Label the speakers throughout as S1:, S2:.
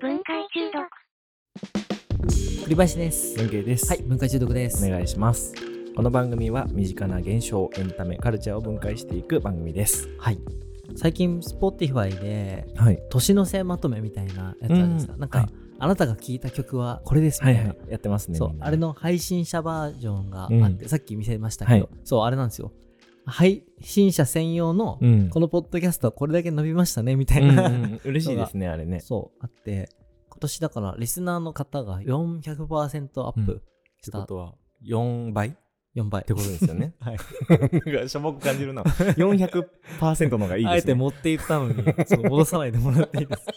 S1: 文化中毒。
S2: 栗林です。
S3: 文系です、
S2: はい、文化中毒です。
S3: お願いしますこの番組は身近な現象エンタメカルチャーを分解していく番組です
S2: はい。最近 Spotify で
S3: はい
S2: 年のせいまとめみたいなやつあるんですか。
S3: うん
S2: なんか、
S3: はい
S2: あなたが聞いた曲はこれです
S3: は
S2: み
S3: い
S2: たい
S3: は
S2: な。
S3: いやってますね
S2: そう
S3: みん、な
S2: あれの配信者バージョンがあって、
S3: うん
S2: さっき見せましたけど、
S3: はい
S2: そう、あれなんですよ。配信者専用の、
S3: うん
S2: このポッドキャストはこれだけ伸びましたねみた
S3: う
S2: い
S3: ん
S2: な、
S3: うん嬉しいですねあれ ね
S2: そう、あって、今年だからリスナーの方が400%アッ
S3: うん
S2: プ
S3: って
S2: し
S3: こ
S2: た
S3: とは4倍っ
S2: 4倍。
S3: てことですよ ね
S2: はい
S3: なんかしょぼく感じるな400%の方がいいですね
S2: あえて持っていった のに、そう戻さないでもらっていいですか。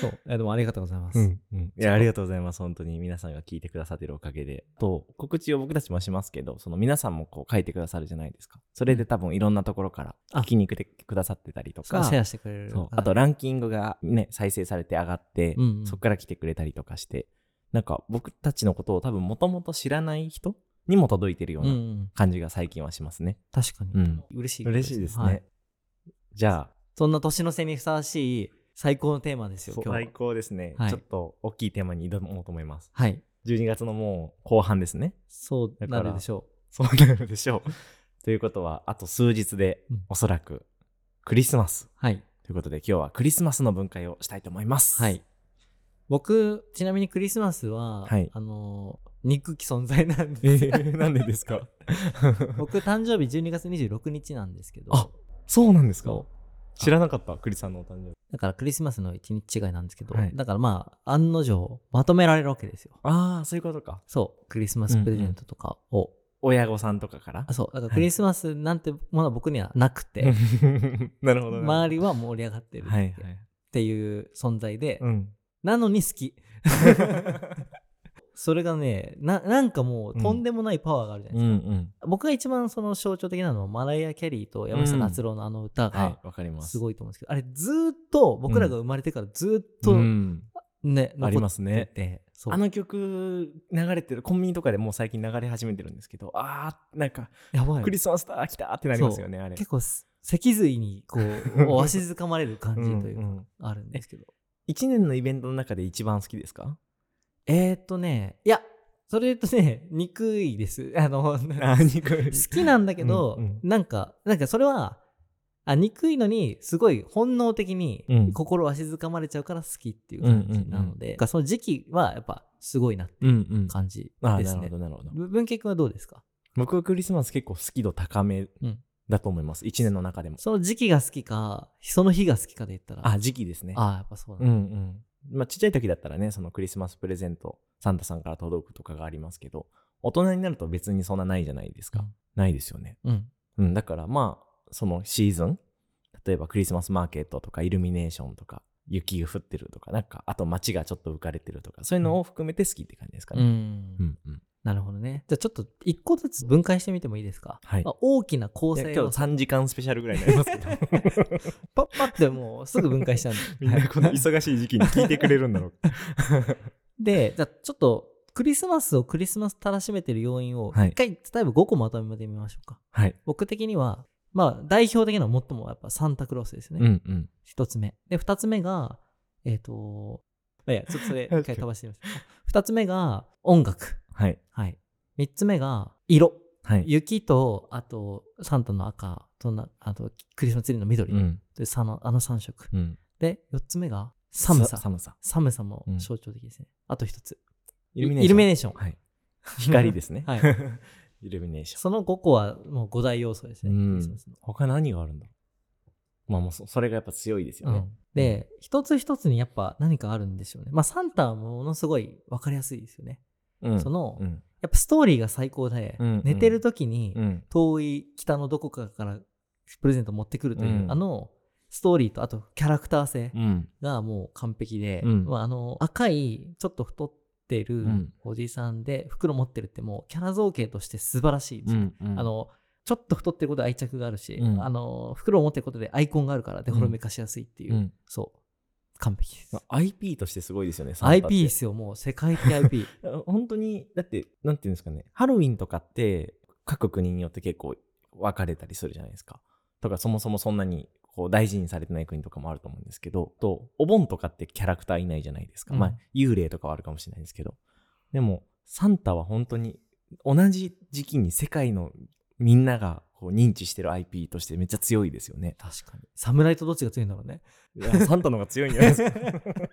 S2: そう。えでもありがとうございます。
S3: うんうん、いやありがとうございます本当に皆さんが聞いてくださってるおかげでと告知を僕たちもしますけどその皆さんもこう書いてくださるじゃないですかそれで多分いろんなところから
S2: あ
S3: 聞きに来てくださってたりと
S2: そう
S3: か
S2: シェアしてくれる。
S3: そう
S2: はい
S3: あと、ランキングがね再生されて上がって、
S2: うんうん
S3: そこから来てくれたりとかしてなんか僕たちのことを多分もともと知らない人にも届いてるよう
S2: うんう、
S3: なん感じが最近はしますね、
S2: 確かに。
S3: うん
S2: 嬉しい。
S3: 嬉しいですね、
S2: はい
S3: じゃあ
S2: そんな年の瀬にふさわしい最高のテーマですよ、今日は。
S3: 最高ですね、
S2: はい
S3: ちょっと大きいテーマに挑もうと思います
S2: はい。
S3: 12月のもう後半ですね
S2: そう
S3: だ
S2: な
S3: から
S2: るでしょ
S3: そうなるでしょう。ということは、あと数日で
S2: うん、
S3: おそらく、クリスマス
S2: う。。はい。
S3: ということで、今日はクリスマスの分解をしたいと思います。
S2: はい。。僕、ちなみにクリスマスは、
S3: はい
S2: あのー、憎き存在なんで
S3: え
S2: す。
S3: ー、 なんでですか
S2: 僕、誕生日12月26日なんですけど、
S3: あ、そうなんですか
S2: そう
S3: 知らなかった、クリさんのお誕生日。
S2: だからクリスマスの一日違いなんですけど、
S3: はい
S2: だからまあ、案の定、まとめられるわけですよ。
S3: ああ、そういうことか。
S2: そう、クリスマスプレゼントとかを。
S3: 親御さんとかから
S2: あ。そう、だからクリスマスなんてものは僕にはなくて、
S3: なるほどね。
S2: 周りは盛り上がってるっ
S3: はいはい。
S2: ていう存在で、
S3: うん。
S2: なのに好 き。それがねな、なんかもうとんでもないパワーがあるじゃ
S3: う
S2: なんいですか。
S3: うん。
S2: 僕が一番その象徴的なのは、マライア・キャリーと山下達郎のあの歌
S3: は
S2: が
S3: い、わかります。
S2: すごいと思うんですけど、あれずーっと、僕らが生まれてからずーっと
S3: うん
S2: ね、
S3: あり
S2: 残
S3: ま
S2: っ
S3: すね。
S2: て、そう
S3: あの曲流れてるコンビニとかでもう最近流れ始めてるんですけどあーなんか
S2: やばい
S3: クリスマスだ来たーってなりますよねあれ
S2: 結構す脊髄にこ うおわしづかまれる感じというか、
S3: んん
S2: あるんですけど
S3: 一年のイベントの中で一番好きです か
S2: えー、っとねいやそれ言うとね憎いです あの好
S3: 肉
S2: きなんだけど、
S3: うんうん
S2: なんかなんかそれはあ憎いのにすごい本能的に
S3: うん
S2: 心をわしづかまれちゃうから好きっていう感じなので、その時期はやっぱすごいなって
S3: うんうん
S2: 感じ
S3: あ
S2: で
S3: な
S2: す
S3: る
S2: ね
S3: ほどなるほど
S2: ぶ文系君はどうですか
S3: 僕はクリスマス結構好き度高め
S2: うん
S3: だと思います一年の中でも
S2: その時期が好きかその日が好きかで言ったら
S3: あ時期ですね
S2: あーやっぱそうだ
S3: う
S2: ね
S3: んうんまあちっちゃい時だったらねそのクリスマスプレゼントサンタさんから届くとかがありますけど大人になると別にそんなないじゃないですか、
S2: うん
S3: ないですよね
S2: うん
S3: うん、だからまあそのシーズン例えばクリスマスマーケットとかイルミネーションとか雪が降ってるとかなんかあと街がちょっと浮かれてるとかそういうのを含めて好きって感じですか
S2: う
S3: ね。
S2: ん
S3: うんうん
S2: なるほどね。じゃあちょっと一個ずつ分解してみてもいいですか、
S3: はい
S2: まあ大きな構
S3: いや
S2: 成
S3: 今
S2: を
S3: 日3時間スペシャルぐらいになりますけど
S2: パッパってもうすぐ分解したんで。
S3: みん なこの
S2: はい
S3: 忙しい時期に聞いてくれるんだろうか。
S2: で、じゃあちょっとクリスマスをクリスマスたらしめてる要因を
S3: はい
S2: 一回、例えば5個まとめてみましょうか。
S3: はい。
S2: 僕的には、まあ代表的なのは最もやっぱサンタクロースです
S3: う
S2: ね。
S3: んうん。
S2: 一、つ目。で、二つ目が、えっ、と、いや、ちょっとそれ一回飛ばしてみましょう。二つ目が音楽。
S3: はい。
S2: はい。三つ目が色。
S3: はい。
S2: 雪とあとサンタの赤となあとクリスマスツリーの緑、
S3: うん
S2: でさのあの3色
S3: うん。
S2: で4つ目が寒さ
S3: さ寒さ。
S2: 寒さも
S3: うん
S2: 象徴的ですね、あと1つ
S3: イ
S2: イルミネ
S3: ーシ
S2: ーション、
S3: ョ ン。はい。光ですね。
S2: はい
S3: イルミネーション。
S2: その5個はもう5大要素ですね、
S3: う
S2: ク
S3: ん
S2: リスマスの、
S3: 他何があるんだろうまあもうそそれがやっぱ強いですよ
S2: う
S3: ね
S2: ん。で一つ一つにやっぱ何かあるんでしょうねまあサンタはものすごい分かりやすいですよね、
S3: うん
S2: その、
S3: うん
S2: やっぱストーリーが最高で、
S3: うんうん
S2: 寝てる時に
S3: うん。
S2: 遠い北のどこかからプレゼント持ってくるという、
S3: うん
S2: あのストーリーとあとキャラクター性、
S3: うん。
S2: がもう完璧で、
S3: うん
S2: まあ、あの赤いちょっと太ってる
S3: うん
S2: おじさんで袋持ってるってもうキャラ造形として素晴らしいんで
S3: う
S2: すよ、
S3: んうん
S2: あのちょっと太ってることで愛着があるし、
S3: うん
S2: あの袋を持ってることでアイコンがあるからでほろめかしやすいっていう、
S3: うん
S2: そう完璧です、
S3: IP としてすごいですよね。サンタって
S2: IP ですよもう世界的 IP
S3: 本当に、だって、なんていうんですかね、ハロウィンとかって、各国によって結構分かれたりするじゃないですか。とかそもそもそんなにこう大事にされてない国とかもあると思うんですけどとお盆とかってキャラクターいないじゃないですか、
S2: うん
S3: まあ幽霊とかはあるかもしれないですけどでもサンタは本当に同じ時期に世界のみんながこう認知してる IP としてめっちゃ強いですよね
S2: 確かに。侍とどっちが強いんだろうね。
S3: いやサンタの方が強いんじゃないですか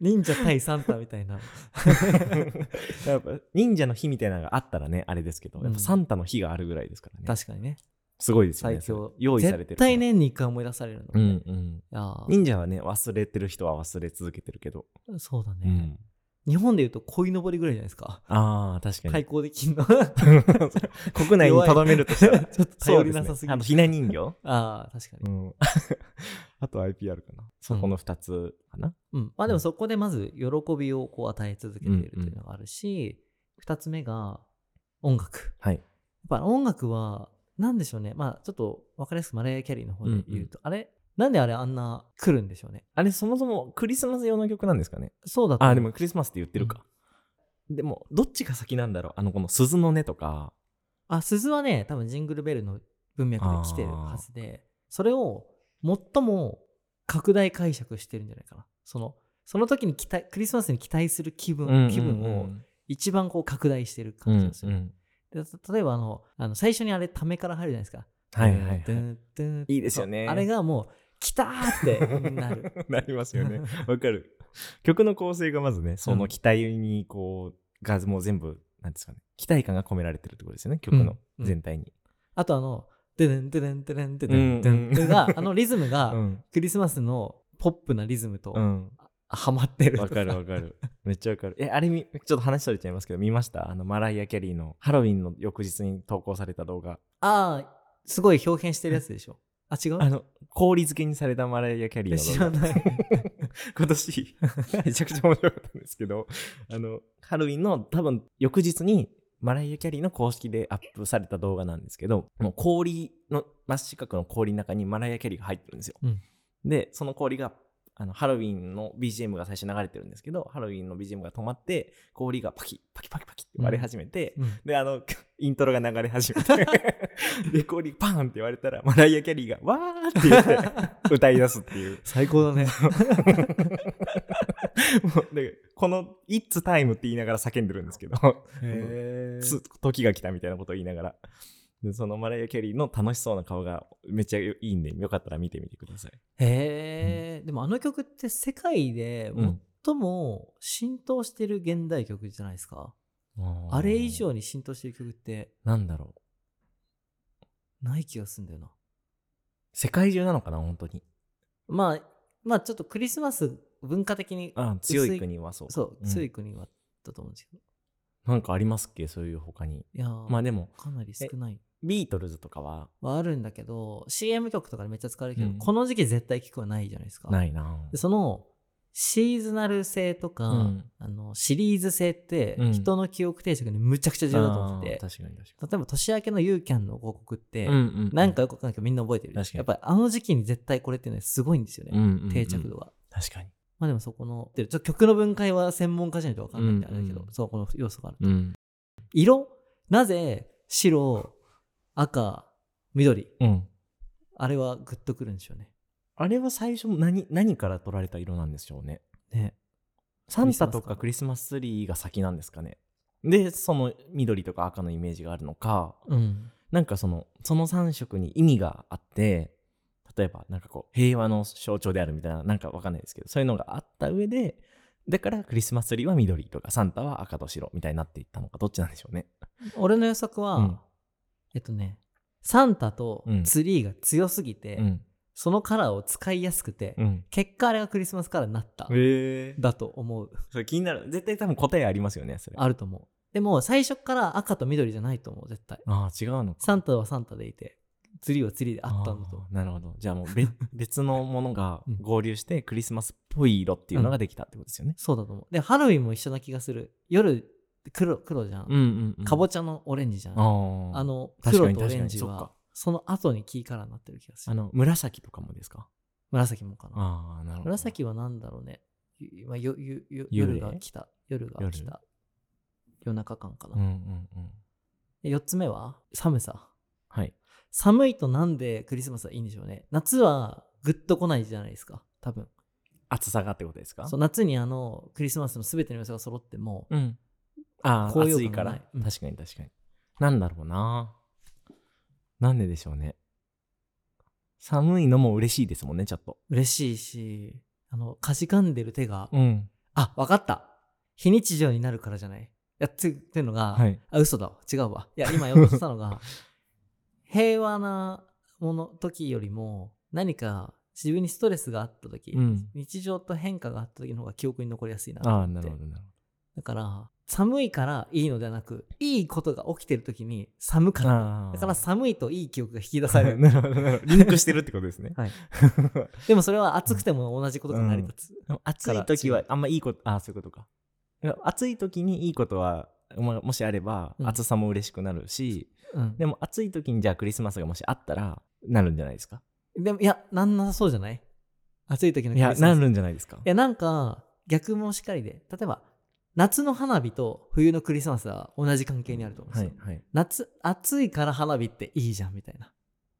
S2: 忍者対サンタみたいな。
S3: やっぱ忍者の日みたいなのがあったらねあれですけどやっ
S2: うん
S3: ぱサンタの日があるぐらいですからね、
S2: 確かにね。
S3: すごいですよね
S2: 最強
S3: それ。用意されてる
S2: 絶対年に一回思い出されるの。
S3: うんうん
S2: いやー
S3: 忍者はね忘れてる人は忘れ続けてるけど、
S2: そうだ
S3: う
S2: ね。
S3: ん、
S2: 日本でいうと鯉のぼりぐらいじゃないですか。
S3: ああ確かに
S2: 開口できんの。
S3: 国内にとどめる と したら、
S2: ちょっと頼りなさすぎ
S3: あ
S2: る
S3: の、。ひな人形
S2: ああ、確かに。
S3: ん。 あと IPR かな。そ
S2: うん
S3: この2つかな。
S2: うん、まあでもそこでまず喜びをこう与え続けているというのがあるし、二つ目が音楽。
S3: はい。
S2: やっぱ音楽は何でしょうね。まあちょっと分かりやすくマレー・キャリーの方で言うと、あれなんであれあんな来るんでしょうね。
S3: あれ、そもそもクリスマス用の曲なんですかね。
S2: そうだと
S3: あ
S2: 思
S3: ー、
S2: う
S3: でもクリスマスって言ってるか。でも、どっちが先なんだろうあの、この鈴の音とか。
S2: あ鈴はね多分ジングルベルの文脈で来てるはずでそれを最も拡大解釈してるんじゃないかな。そのその時に期待クリスマスに期待する気分,、気分を一番こう拡大してる
S3: うん
S2: 感
S3: う
S2: じ
S3: ん
S2: がする。でた例えばあのあの最初にあれためから入るじゃないですか。
S3: はいはいはい
S2: ドゥンドゥン
S3: いいですよね
S2: そうあれがもう来たーってな る。
S3: なりますよね。わかる。曲の構成がまずね、その期待にこう、がもう全部、なんですかね、期待感が込められてるってことですよね、曲の
S2: うん
S3: 全体に。
S2: あとあのドゥドゥンドゥドゥンドゥドゥンドゥドゥンドゥンドゥンがあのリズムが
S3: ん。
S2: クリスマスのポップなリズムと
S3: うん。
S2: ハマってると
S3: わかるわか る。めっちゃわかる。え、あれみ、ちょっと話それちゃいますけど、見ましたあの、マライア・キャリーのハロウィンの翌日に投稿された動画。
S2: ああすごい表現してるやつでしょあ違う
S3: あの、氷漬けにされたマライア・キャリー
S2: え
S3: の
S2: 知
S3: 動
S2: ら
S3: 画。
S2: ない
S3: 今年、 めちゃくちゃ面白かったんですけど、あの、ハロウィンの多分翌日に、マライア・キャリーの公式でアップされた動画なんですけど、もう氷の、真四角の氷の中にマライア・キャリーが入ってるんですよ。
S2: うん
S3: で、その氷が、あのハロウィンの BGM が最初流れてるんですけど、ハロウィンの BGM が止まって、氷がパキパキパキパキって割れ始めて、
S2: うん
S3: で、あの、 イントロが流れ始めて、 で、氷パーンって言われたら、マライア・キャリーがわーって言って歌い出すっていう。
S2: 最高だね
S3: もう でこの「It's time」って言いながら叫んでるんですけど
S2: へ
S3: つ時が来たみたいなことを言いながらでそのマライア・キャリーの楽しそうな顔がめっちゃいいんでよかったら見てみてください
S2: えでもあの曲って世界で最も浸透してる現代曲じゃないですか、あれ以上に浸透してる曲って
S3: なんだろう
S2: ない気がするんだよな
S3: 世界中なのかな本当に
S2: まあまあちょっとクリスマス文化的に
S3: あ強い国はそう
S2: そう
S3: うん
S2: 強い国はだと思うんですけど、
S3: なんかありますっけそういう他に
S2: いやー
S3: まあでも
S2: かなり少ない
S3: ビートルズとかは
S2: はあるんだけど CM 曲とかでめっちゃ使われるけど、
S3: うん
S2: この時期絶対聞くはないじゃないですか
S3: ないな
S2: でそのシーズナル性とか、
S3: うん
S2: あのシリーズ性って
S3: うん
S2: 人の記憶定着にむちゃくちゃ重要だと思ってて、
S3: あー確かに確か
S2: 例えば年明けのユーキャンの広告って、
S3: に、うんうん
S2: なんかよくわかんないけどみんな覚えてる
S3: 確かに
S2: やっぱりあの時期に絶対これってねすごいんですよね、
S3: うんうんうん
S2: 定着度が
S3: 確かに
S2: まあでもそこのでちょっと曲の分解は専門家じゃないとわかんないんであれだけど、
S3: うんうん
S2: そうこの要素がある
S3: うん
S2: 色なぜ白赤緑
S3: うん
S2: あれはグッとくるんでしょうね
S3: あれは最初何何から取られた色なんでしょうね
S2: ね
S3: サンタとかクリスマスツリーが先なんですかねでその緑とか赤のイメージがあるのか
S2: うん
S3: なんかそのその3色に意味があって例えばなんかこう平和の象徴であるみたいななんかわかんないですけどそういうのがあった上でだからクリスマスツリーは緑とかサンタは赤と白みたいになっていったのかどっちなんでしょうね
S2: 俺の予測は、
S3: うん
S2: えっとねサンタと
S3: うん
S2: ツリーが強すぎて、
S3: うん
S2: そのカラーを使いやすくて、
S3: うん
S2: 結果あれがクリスマスカラーになった、
S3: え
S2: だと思う
S3: それ気になる絶対多分答えありますよねそれあ
S2: あると思うでも最初から赤と緑じゃないと思う絶対
S3: あー違うのか
S2: サンタはサンタでいてツリーはツリーであったんだと思
S3: あーなるほどじゃあもう べ別のものが
S2: うん
S3: 合流してクリスマスっぽい色っていうのができたってことですよね
S2: う、そうだと思うでハロウィンも一緒な気がする夜黒黒じゃん、
S3: うんうんうん
S2: かぼちゃのオレンジじゃん、
S3: あ
S2: あの
S3: 確か
S2: 黒
S3: に
S2: とオレン
S3: 確かに
S2: ジ
S3: そっ
S2: は
S3: か
S2: その後に黄カラーになってる気がす
S3: あ
S2: る
S3: の紫とかもですか
S2: 紫もかな
S3: ああなるほど
S2: 紫は何だろうね。ゆまあ、よゆゆ
S3: 幽
S2: 夜
S3: 霊
S2: が来た。夜が来た。夜中間かな。
S3: うんうんうん
S2: 4つ目は寒さ。
S3: はい。
S2: 寒いとなんでクリスマスはいいんでしょうね。夏はぐっと来ないじゃないですか、多分。
S3: 暑さがってことですか
S2: そう夏にあのクリスマスの全ての要素が揃っても、
S3: うん。ああ、
S2: 高揚感
S3: 暑いから
S2: がないうん。
S3: 確かに確かに。なんだろうな。なんででしょうね。寒いのも嬉しいですもんね、ちょっと。
S2: 嬉しいし、あの、かじかんでる手が、
S3: うん。
S2: あ、わかった。非日常になるからじゃない。やってっていうのが、
S3: はい。
S2: あ、嘘だわ。違うわ。いや、今やろうとしたの が、平和なもの、時よりも、何か自分にストレスがあった時、
S3: うん
S2: 日常と変化があった時の方が記憶に残りやすいなと思っ
S3: あ
S2: て。
S3: あ、なるほど、なる
S2: だから、寒いからいいのではなく、いいことが起きてる時に寒か
S3: ほ
S2: っ
S3: ど。
S2: た。
S3: ああ。
S2: だ から寒いといい記憶が引き出さ
S3: は
S2: れ
S3: い
S2: る。。
S3: なるほど、なるほど。リンクしてるってことですね
S2: はい。 でもそれは暑くても同じことが成り立つ。
S3: でも暑い時はあんまいいことあそういうことかいや暑い時にいいことは、まあ、もしあれば
S2: うん
S3: 暑さも嬉しくなるし、
S2: うん
S3: でも暑い時にじゃあクリスマスがもしあったらなるんじゃないですか
S2: でも、いや、なんなさそうじゃない暑い時の
S3: い
S2: クリス
S3: や
S2: マス
S3: なるんじゃないですか
S2: いや、なんか、逆もしっかりで、例えば、夏の花火と冬のクリスマスは同じ関係にあると思うんで
S3: は
S2: す
S3: い
S2: よ。
S3: はい
S2: 夏、暑いから花火っていいじゃん、みたいな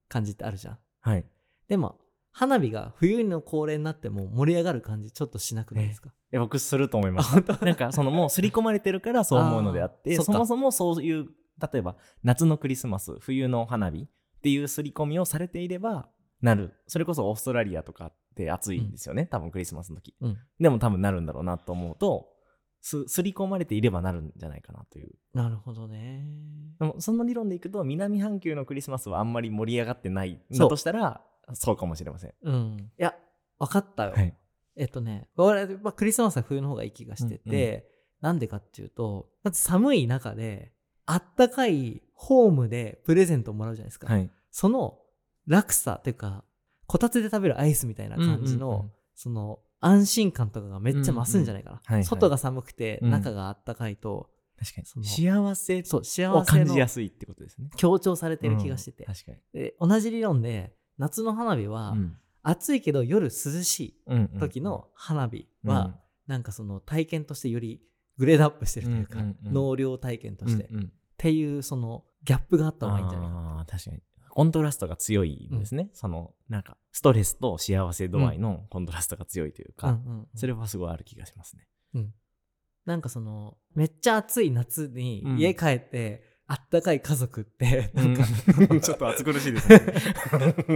S2: 感じってあるじゃん。
S3: はい
S2: でも、花火が冬の恒例になっても盛り上がる感じちょっとしなくないですか、
S3: いや僕すると思い
S2: あ、
S3: ます
S2: 本当
S3: なんかそのもう刷り込まれてる からそう思うのであって
S2: あーそっ
S3: そ
S2: か
S3: もそもそういう例えば夏のクリスマス冬のお花火っていう刷り込みをされていればなるそれこそオーストラリアとかって暑いんですよね、多分クリスマスの時
S2: うん。
S3: でも多分なるんだろうなと思うと、す、すり込まれていればなるんじゃないかなという。
S2: なるほどね。
S3: でも、その理論でいくと、南半球のクリスマスはあんまり盛り上がってないん
S2: そ
S3: だ
S2: う
S3: としたら、そうかもしれません。
S2: うん。いや、わかったよ。
S3: はい。
S2: えっとね、我々、まあ、クリスマスは冬の方がいい気がしてて、なんでかっていうと、だって寒い中で、あったかいホームでプレゼントをもらうじゃないですか。
S3: はい。
S2: その落差というか、こたつで食べるアイスみたいな感じの、
S3: うんうんうん
S2: その安心感とかがめっちゃ増すんじゃないかな。
S3: うんうんはいはい
S2: 外が寒くて、
S3: うん
S2: 中があったかいと、
S3: 確か
S2: その
S3: に。幸せ
S2: そう、幸
S3: を
S2: せ
S3: 感じや
S2: の
S3: すいってことですね。
S2: 強調されてる気がしてて
S3: うん。確かに。
S2: で同じ理論で、夏の花火は、
S3: うん
S2: 暑いけど夜涼し
S3: うんう
S2: い
S3: ん
S2: 時の花火
S3: うん
S2: は、なんかその体験としてよりグレードアップしてるというか、
S3: うんうんうん
S2: 納涼体験として、
S3: うんうん
S2: っていうそのギャップがあった方がいいんじゃないかな
S3: あー確かに。コントラストが強いんですね。その、なんか、ストレスと幸せ度合いのコントラストが強いというか、
S2: うんうんうん
S3: それはすごいある気がしますね。
S2: なんかそのめっちゃ暑い夏に
S3: うん
S2: 家帰って、あったかい家族って
S3: う
S2: なん
S3: ん
S2: か、
S3: ちょっと暑苦しいですね、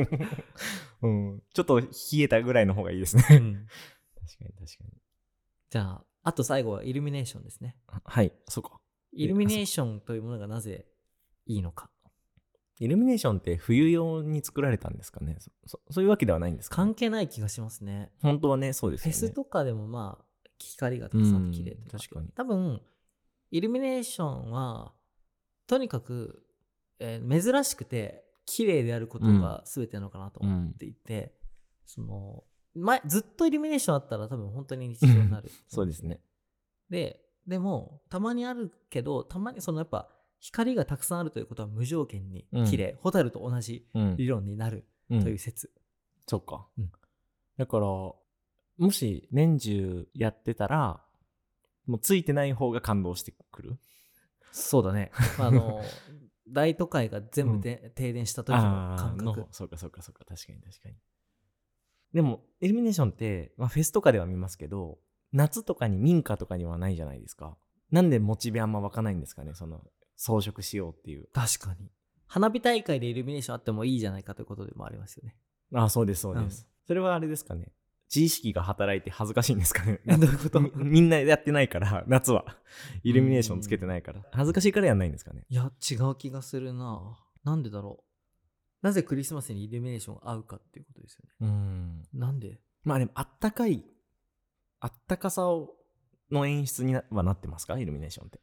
S3: うん。ちょっと冷えたぐらいの方がいいです ね。確 か
S2: うん
S3: に確かに。
S2: じゃああと最後はイルミネーションですね
S3: あはい、そうか。
S2: イルミネーションというものがなぜいいのか
S3: イルミネーションって冬用に作られたんですかねそそそういうわけではないんですか、
S2: 関
S3: ね、
S2: 係ない気がしますね
S3: 本当はね、そうですよ
S2: フェ
S3: ね。
S2: スとかでもまあ光がたくさん綺麗と
S3: うん確かに
S2: 多分イルミネーションはとにかく、えー珍しくて綺麗であることが全てなのかなと思っていて、その前ずっとイルミネーションあったら多分本当に日常に なる
S3: そうですね。
S2: ででもたまにあるけどたまにそのやっぱ光がたくさんあるということは無条件に綺麗、ホタルと同じ
S3: うん。
S2: 理論になる
S3: うん
S2: という説、
S3: そっか。
S2: うん
S3: だから、もし年中やってたら、もうついてない方が感動してくる。
S2: そうだ ねあの大都会が全部で、停電した時の感
S3: あー
S2: 覚
S3: のそうかそうかそうか確かに確かにでもイルミネーションって、まあ、フェスとかでは見ますけど夏とかに民家とかにはないじゃないですかなんでモチベあんま湧かないんですかねその装飾しようっていう
S2: 確かに花火大会でイルミネーションあってもいいじゃないかということでもありますよね
S3: ああそうですそうです、それはあれですかね自意識が働いて恥ずかしいんですか ね
S2: どういうこと
S3: みみんなやってないから夏はイルミネーションつけてないから恥ずかしいからやんないんですかね
S2: いや違う気がするななんでだろうなぜクリスマスにイルミネーションが合うかっていうことですよね
S3: うん
S2: なんで
S3: まあでもあったかいあったかさをの演出になはなってますかイルミネーションって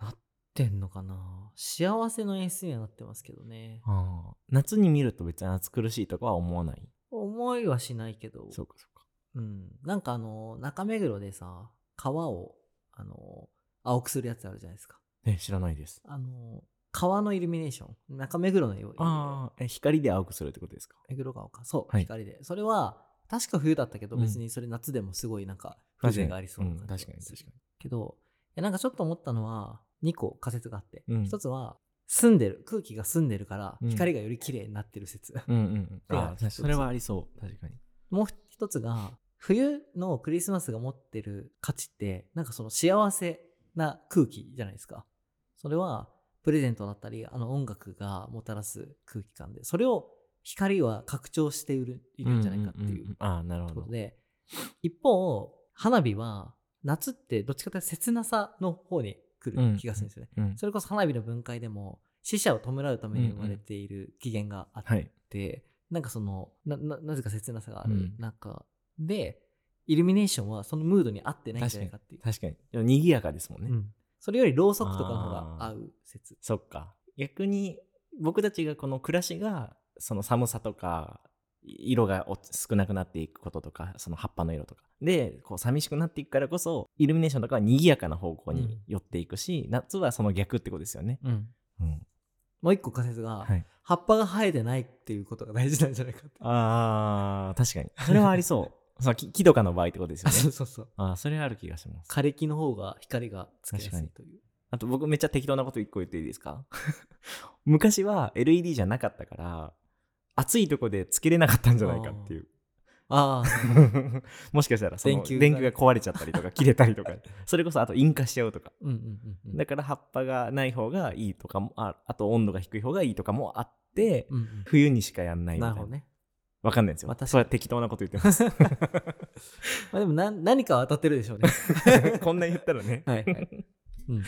S2: ってんのかな幸せの演出にはなってますけどね
S3: ああ夏に見ると別に暑苦しいとかは思わない
S2: 思いはしないけど
S3: そうかそうか
S2: うん、なんかあの中目黒でさ川をあの青くするやつあるじゃないですか
S3: え知らないです
S2: あの川のイルミネーション中目黒のように
S3: ああえ光で青くするってことですか
S2: 目黒川かそう、
S3: はい
S2: 光でそれは確か冬だったけど
S3: うん
S2: 別にそれ夏でもすごいなんか風情がありそうな
S3: 確か
S2: 感
S3: に
S2: じ
S3: 確かに
S2: がするけどいやなんかちょっと思ったのは2個仮説があって、
S3: うん
S2: 一つは澄んでる空気が澄んでるから
S3: うん
S2: 光がより綺麗になってる説、
S3: うんうんうん。
S2: あ
S3: ああ、それはありそう。確かに。
S2: もう一つが冬のクリスマスが持ってる価値ってなんかその幸せな空気じゃないですかそれはプレゼントだったりあの音楽がもたらす空気感でそれを光は拡張しているいるんじゃないかってい
S3: んん
S2: うん
S3: んああ、なるほ
S2: とこ
S3: ど
S2: ろ。で一方花火は夏ってどっちかというと切なさの方に来る気がするんですよね、
S3: うん
S2: それこそ花火の分解でも死者を弔うために生まれている起源があって、
S3: はい。
S2: なんかそのなななぜか切なさがある
S3: うん
S2: 中で、イルミネーションはそのムードに合ってないんじゃないかっていう、
S3: 確かに。でも賑やかですもんね。
S2: うんそれよりろうそくとかの方が合う説
S3: そっか。逆に、僕たちがこの暮らしが、その寒さとか、い色が落ち少なくなっていくこととか、その葉っぱの色とか。で、こう寂しくなっていくからこそ、イルミネーションとかは賑やかな方向に寄っていくし、夏はその逆ってことですよね。
S2: うん
S3: うん。
S2: もう一個仮説が、
S3: はい。
S2: 葉っぱが生えてないっていうことが大事なんじゃないかって
S3: ああ、確かに。それはありそう。その木木とかの場合ってことですよ
S2: あ そう
S3: ね。
S2: そうそう
S3: ああ、それはある気がします。
S2: 枯れ木の方が光がつきやすいという
S3: あと僕めっちゃ適当なこと一個言っていいですか 昔は LED じゃなかったから、暑いとこでつけれなかったんじゃないかっていう。
S2: ああ
S3: もしかしたらその
S2: 電
S3: 電
S2: 球
S3: 球
S2: が
S3: が壊れちゃったりとか切れたりとかそれこそあと引火しちゃうとか
S2: うんうんうんうん
S3: だから葉っぱがない方がいいとかもああと温度が低い方がいいとかもあって、
S2: うんうん
S3: 冬にしかやんないみた
S2: ないる
S3: な
S2: ほどね。
S3: わかんないですよ、
S2: まあ確かに
S3: それは適当なこと言ってま す
S2: まあ、でもな何かは当たってるでしょうね。
S3: こんな言ったら ね、
S2: はいはいうん、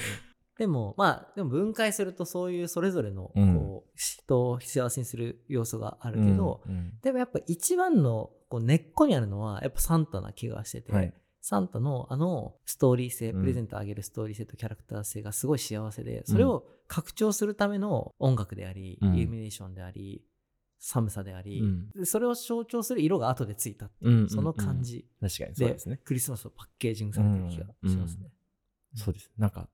S2: でもまあでも分解するとそういうそれぞれのこう、
S3: うん
S2: 人を幸せにする要素があるけど、
S3: うんうん
S2: でもやっぱ一番のこう根っこにあるのはやっぱサンタな気がしてて、
S3: はい
S2: サンタのあのストーリー性
S3: うん
S2: プレゼントあげるストーリー性とキャラクター性がすごい幸せでそれを拡張するための音楽であり、
S3: うん
S2: イルミネーションであり寒さであり、
S3: うん
S2: でそれを象徴する色が後でついたっていう、
S3: うんうんうん
S2: その感じ
S3: 確かにそう
S2: で
S3: ですね
S2: クリスマスをパッケージングされてる気がしますね。
S3: そうです。なんか、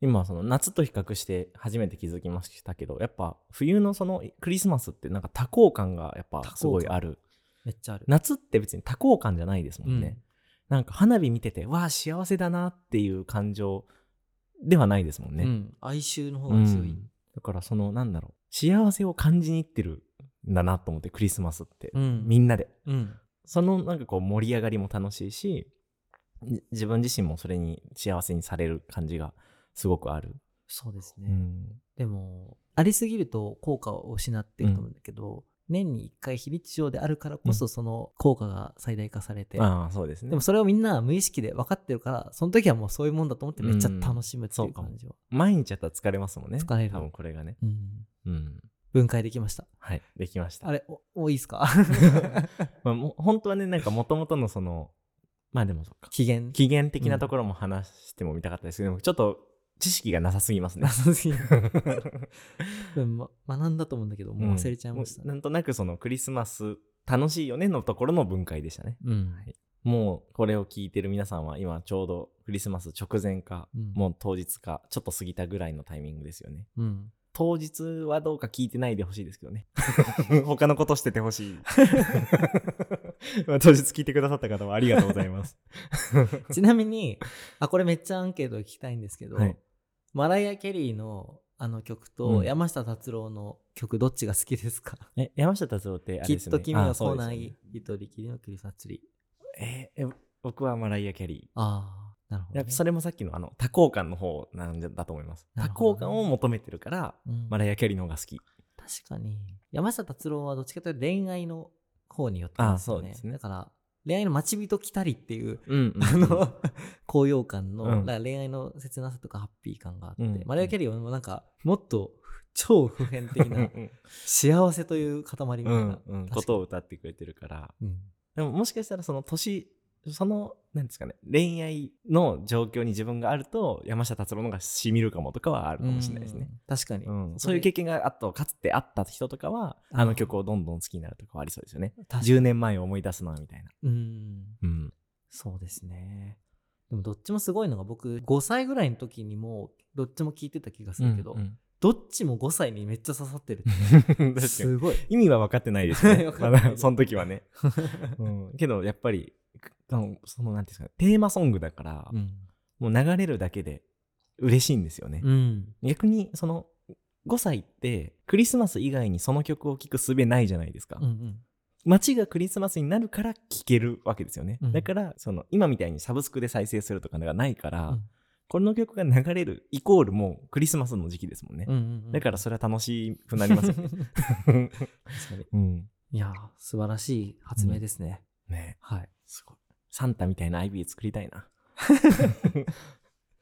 S3: 今、その夏と比較して初めて気づきましたけど、やっぱ冬のそのクリスマスってなんか多幸感がやっぱ
S2: 多幸感
S3: すごいある。
S2: めっちゃある。
S3: 夏って別に多幸感じゃないですもんね。
S2: うん
S3: なんか花火見てて、わあ、幸せだなっていう感情ではないですもん
S2: う
S3: ね。
S2: ん、哀愁の方
S3: う
S2: が
S3: ん
S2: 強い。
S3: だからその、なんだろう、幸せを感じに行ってるんだなと思って、クリスマスって、
S2: うん
S3: みんなで。
S2: うん、
S3: そのなんかこう盛り上がりも楽しいし、じ自分自身もそれに幸せにされる感じがすごくある。
S2: そうです
S3: う
S2: ね。
S3: ん、
S2: でも、ありすぎると効果を失っていくと思うんだけど、年に1回非日常であるからこそその効果が最大化されて、
S3: ああ、そうですね。
S2: でもそれをみんな無意識で分かってるから、その時はもうそういうもんだと思ってめっちゃ楽しむって
S3: そ
S2: いうう
S3: かも
S2: 感じを、
S3: 毎日やったら疲れますもんね。
S2: 疲れる
S3: 多分これがね。
S2: うん
S3: うん。
S2: 分解できました。
S3: はい、できました。
S2: あれ、おもういいです か
S3: まあ、もう本当は ね、なんかもともとのその、まあでもそっか。
S2: 機嫌。
S3: 起源的なところも話しても見たかったですけど、でもちょっと知識がなさすぎますね。
S2: うんま学んだと思うんだけど、もう忘れちゃいました
S3: うん
S2: ね。
S3: もうなんとなくそのクリスマス楽しいよねのところの分解でしたね。
S2: うん
S3: はいもうこれを聞いてる皆さんは今ちょうどクリスマス直前か、
S2: うん
S3: もう当日かちょっと過ぎたぐらいのタイミングですよね
S2: うん
S3: 当日はどうか聞いてないでほしいですけどね 他のことしててほしい まあ当日聞いてくださった方はありがとうございます
S2: ちなみに、あ、これめっちゃアンケート聞きたいんですけど、
S3: はい
S2: マライア・ケリーのあの曲
S3: う
S2: と
S3: ん
S2: 山下達郎の曲どっちが好きですか、
S3: え山下達郎ってあれ
S2: き
S3: で
S2: っ
S3: すよ
S2: と
S3: ね
S2: 君は
S3: あ
S2: 来
S3: そうですよ
S2: な
S3: ね
S2: い、一人きりのクリスマスツリー。
S3: えーえ僕はマライア・キャリー
S2: ああ、なるほど、
S3: やっ
S2: ね
S3: ぱ。それもさっきのあの多幸感の方なんじゃだと思います、
S2: な
S3: 多
S2: るほどね
S3: 幸感を求めてるから
S2: うん
S3: マライア・キャリーの方が好き
S2: 確かに。山下達郎はどっちかというと恋愛の方によってますよ
S3: あそうですね
S2: だから、恋愛の待ち人来たりっていう、
S3: うん、
S2: あの、 高揚感の、
S3: うん
S2: だから恋愛の切なさとかハッピー感があって、
S3: うん
S2: マライア・ケリーはもうなんか、もっと超普遍的な 幸せという塊みたいな、
S3: うんうん、
S2: 確かに
S3: ことを歌ってくれてるから
S2: うん
S3: でももしかしたらその年そのなんですかね恋愛の状況に自分があると山下達郎の方がしみるかもとかはあるかもしれないですね、
S2: うん確かに、
S3: うんそういう経験があとかつてあった人とかは
S2: うん
S3: あの曲をどんどん好きになるとかはありそうですよね
S2: 確かに
S3: 10年前を思い出すなみたいな、
S2: うん
S3: うん、
S2: そうですねでもどっちもすごいのが僕5歳ぐらいの時にもどっちも聞いてた気がするけど、
S3: うんうん
S2: どっちも5歳にめっちゃ刺さってる
S3: 確かに
S2: すごい
S3: 意味は 分かってないですね
S2: 分。かっ
S3: ま
S2: てない
S3: だその時は ね。うん、けど、やっぱり、くあのその、なんていうんですかね、テーマソングだから、
S2: うん
S3: もう流れるだけで、嬉しいんですよね。
S2: うん。
S3: 逆にその5歳ってクリスマス以外にその曲を聴く術ないじゃないですか。
S2: うんうん。
S3: 街がクリスマスになるから聴けるわけですよね。
S2: うん
S3: だからその今みたいにサブスクで再生するとかがないから、
S2: うん
S3: この曲が流れるイコールもうクリスマスの時期ですもんね。
S2: うんうんうん、
S3: だからそれは楽しくなりますよ ね。
S2: 確かに
S3: うん、
S2: いやー、素晴らしい発明ですね。
S3: ね
S2: はい。
S3: すごい。サンタみたいな IB 作りたい な。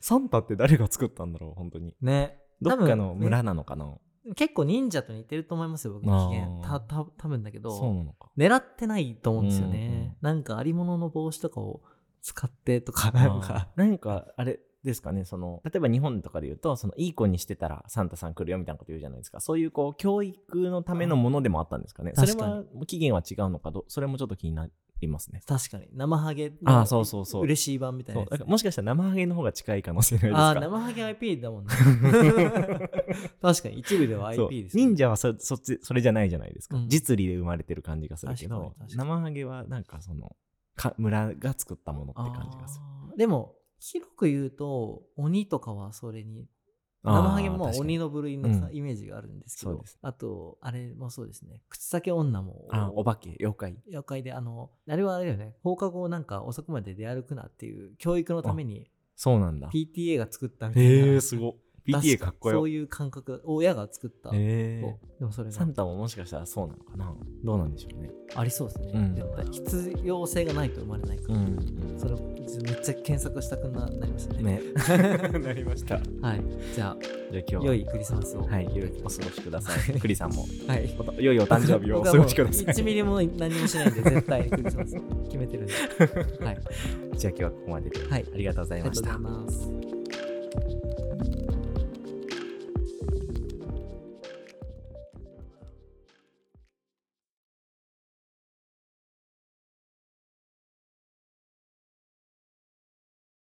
S3: サンタって誰が作ったんだろう本当に。
S2: ね。
S3: どっかの
S2: 多分ね
S3: 村なのかな、
S2: 結構忍者と似てると思いますよ、僕、
S3: あ
S2: の
S3: ー
S2: 機嫌。た、た、多分だけど。
S3: そうなのか。
S2: 狙ってないと思うんですよ
S3: うんうんう
S2: ね
S3: ん。
S2: なんかありものの帽子とかを使ってとか、
S3: な
S2: なんん
S3: か
S2: か。、
S3: なんかあれですかね、その、例えば日本とかで言うと、その、いい子にしてたらサンタさん来るよみたいなこと言うじゃないですか。そういう、こう、教育のためのものでもあったんですかね。
S2: あ
S3: そ
S2: ー
S3: れは、期限は違うのかどう、それもちょっと気になりますね。
S2: 確かに。生ハゲの
S3: あーそうそうそう
S2: 嬉しい版みたいな
S3: そう
S2: や
S3: だ
S2: つ
S3: からもしかしたら生ハゲの方が近いかもしれないですか
S2: ああ、生ハゲ IP だもん ね。確かに、一部では
S3: そう
S2: IP ですね。
S3: 忍者はそそっちそれじゃないじゃないですか、
S2: うん
S3: 実利で生まれてる感じがするけ
S2: 確
S3: ど
S2: かに確かに
S3: 生ハゲはなんかそのか村が作ったものって感じがする
S2: あーでも、広く言うと、鬼とかはそれに、生ハゲも
S3: あー確かに
S2: 鬼の部類のさ
S3: うん
S2: イメージがあるんですけ
S3: そ
S2: ど
S3: うです、
S2: あと、あれもそうですね。口裂け女も、
S3: あーお化け妖怪
S2: 妖怪で、あの、あれはあれだよね、放課後なんか遅くまで出歩くなっていう教育のために、
S3: そうなんだ
S2: PTA が作ったみたいな。
S3: へえすごい
S2: 確
S3: PTA かっこよ
S2: そういう感覚、親が作った。
S3: へえ
S2: でもそれ
S3: サ
S2: が
S3: ンタももしかしたらそうなのかなどうなんでしょうね
S2: ありそうですね。
S3: うん
S2: 絶対必要性がないと生まれないから。それめっちゃ検索したくななりましたね。
S3: ねなりましたじゃ
S2: はい。じゃ
S3: あ今日
S2: あ、
S3: は
S2: 良いクリスマスを。
S3: はい良いお過ごしくださ いクリさんも
S2: はい。
S3: おと良いお誕生日をお
S2: 僕は
S3: 過
S2: もう
S3: ごしください
S2: 1ミリも何もしないんで、絶対にクリス マス決めてるんで。はい。
S3: じゃあ今日はここまでで
S2: はい。あ
S3: あ
S2: り
S3: りがとうござい
S2: が
S3: ま
S2: と
S3: し
S2: うござ
S3: た
S2: います。